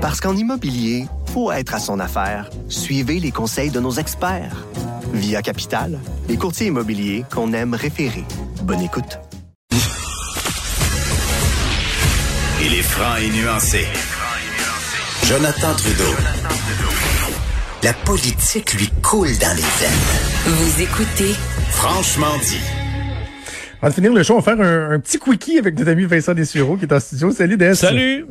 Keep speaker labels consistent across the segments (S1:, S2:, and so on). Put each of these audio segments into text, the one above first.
S1: Parce qu'en immobilier, faut être à son affaire. Suivez les conseils de nos experts. Via Capital, les courtiers immobiliers qu'on aime référer. Bonne écoute.
S2: Il est franc et nuancé. Jonathan Trudeau. La politique lui coule dans les veines.
S3: Vous écoutez
S2: Franchement dit.
S4: Avant de finir le show, on va faire un, un petit quickie avec notre ami Vincent Dessureau qui est en studio. Salut, Des.
S5: Salut.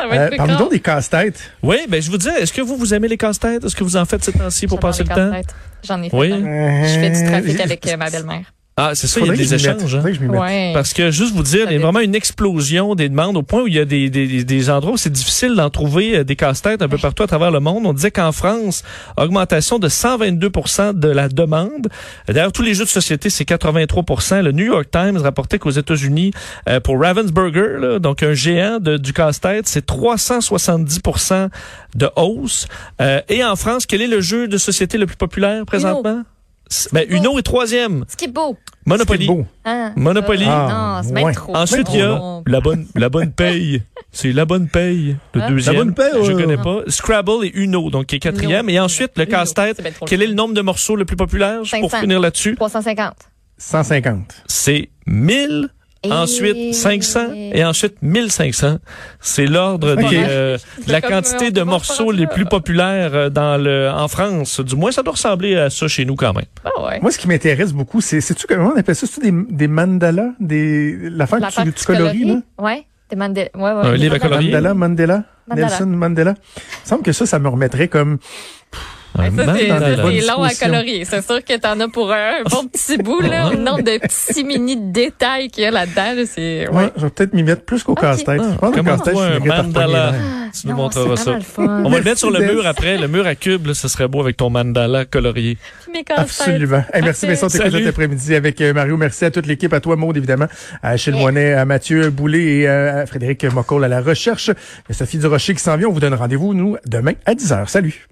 S4: Euh, Parlez-nous donc des casse-têtes.
S5: Oui, ben je vous dis, est-ce que vous vous aimez les casse-têtes Est-ce que vous en faites ces temps-ci pour
S6: J'adore
S5: passer
S6: les
S5: le temps
S6: casse-têtes. J'en ai fait.
S5: Oui.
S6: un. Je fais du trafic
S4: Euh,
S6: avec euh, ma belle-mère.
S5: Ah, c'est ça, il y a
S4: Faudrait que
S5: des
S4: je m'y mette.
S5: échanges. hein.
S4: Faudrait que je m'y mette.
S6: Ouais.
S5: Parce que juste vous dire, il y a
S6: Ça
S5: vraiment une explosion des demandes au point où il y a des, des, des endroits où c'est difficile d'en trouver euh, des casse-têtes un peu partout à travers le monde. On disait qu'en France, augmentation de 122 de la demande. Euh, D'ailleurs, tous les jeux de société, c'est 83 Le New York Times rapportait qu'aux États-Unis, euh, pour Ravensburger, là, donc un géant de- du casse-tête, c'est 370 de hausse. Euh, et en France, quel est le jeu de société le plus populaire présentement? C'est- Ben, Uno est troisième.
S6: Ce qui est beau.
S5: Monopoly.
S4: C'est beau.
S6: Hein?
S5: Monopoly.
S4: Ah,
S6: non, c'est même
S4: ouais.
S6: trop.
S5: Ensuite, il y a
S6: Non.
S5: la bonne, la bonne paye. C'est la bonne paye, le
S6: Hein?
S5: deuxième.
S4: La bonne paye,
S5: Je
S4: euh,
S5: connais pas. Scrabble et Uno, donc qui est quatrième.
S6: Uno.
S5: Et ensuite, le
S6: Uno.
S5: casse-tête.
S6: C'est bien trop
S5: Quel
S6: le
S5: est le nombre de morceaux le plus populaire? Juste Pour
S6: 500.
S5: finir là-dessus,
S6: 350.
S4: 150.
S5: c'est 1000.
S6: Et-
S5: Ensuite, 500 et ensuite 1500. C'est l'ordre
S4: Ok.
S5: des, euh, de la
S6: Comme,
S5: quantité
S6: euh,
S5: de
S6: on
S5: morceaux
S6: commence
S5: les
S6: par là.
S5: plus populaires euh, dans le, en France. Du moins, ça doit ressembler à ça chez nous quand même.
S6: Ah ouais.
S4: Moi, ce qui m'intéresse beaucoup, c'est, sais-tu comment on appelle ça? C'est-tu des, des mandalas? Des, l'affaire que tu,
S6: L'affaire
S4: tu
S6: que tu
S4: coloris, là?
S6: coloris, Ouais. Des mandel- ouais, ouais,
S5: Un
S6: des
S5: livre à
S6: mandel-
S5: coloris.
S4: Mandala, Mandela,
S6: Mandala.
S4: Nelson Mandela. Il me semble que ça, ça me remettrait comme,
S5: Un
S6: Ça, c'est-
S5: mandala.
S6: ça, c'est
S4: Bonne
S6: long à
S4: disposition.
S6: colorier. C'est sûr que t'en as pour un bon petit bout, là. Le nombre de petits mini détails qu'il y a là-dedans, là, c'est.
S4: ouais, je vais peut-être m'y mettre plus qu'au casse-tête.
S5: Ah,
S4: Je pense que
S5: comment
S4: casse-tête,
S5: on voit
S4: je
S5: un
S4: finirais par
S5: mandala?
S4: pogner l'air.
S5: Tu nous
S6: Non, Ah, c'est
S5: montreras
S6: vraiment
S5: ça.
S6: le fun.
S5: On va le mettre sur le
S4: Merci,
S5: mur
S4: Des.
S5: après, le mur à cube, là, ce serait beau avec ton mandala colorié.
S6: Puis mes casse-têtes.
S4: Absolument. Hey, merci
S6: Parfait.
S4: Vincent, t'es
S5: Salut.
S4: cet après-midi avec euh, Mario. Merci à toute l'équipe, à toi Maude évidemment, à Achille Moinet, à Mathieu Boulay et euh, à Frédéric Mocoll à la recherche. Et Sophie Durocher qui s'en vient. On vous donne rendez-vous, nous, demain à 10h. Salut.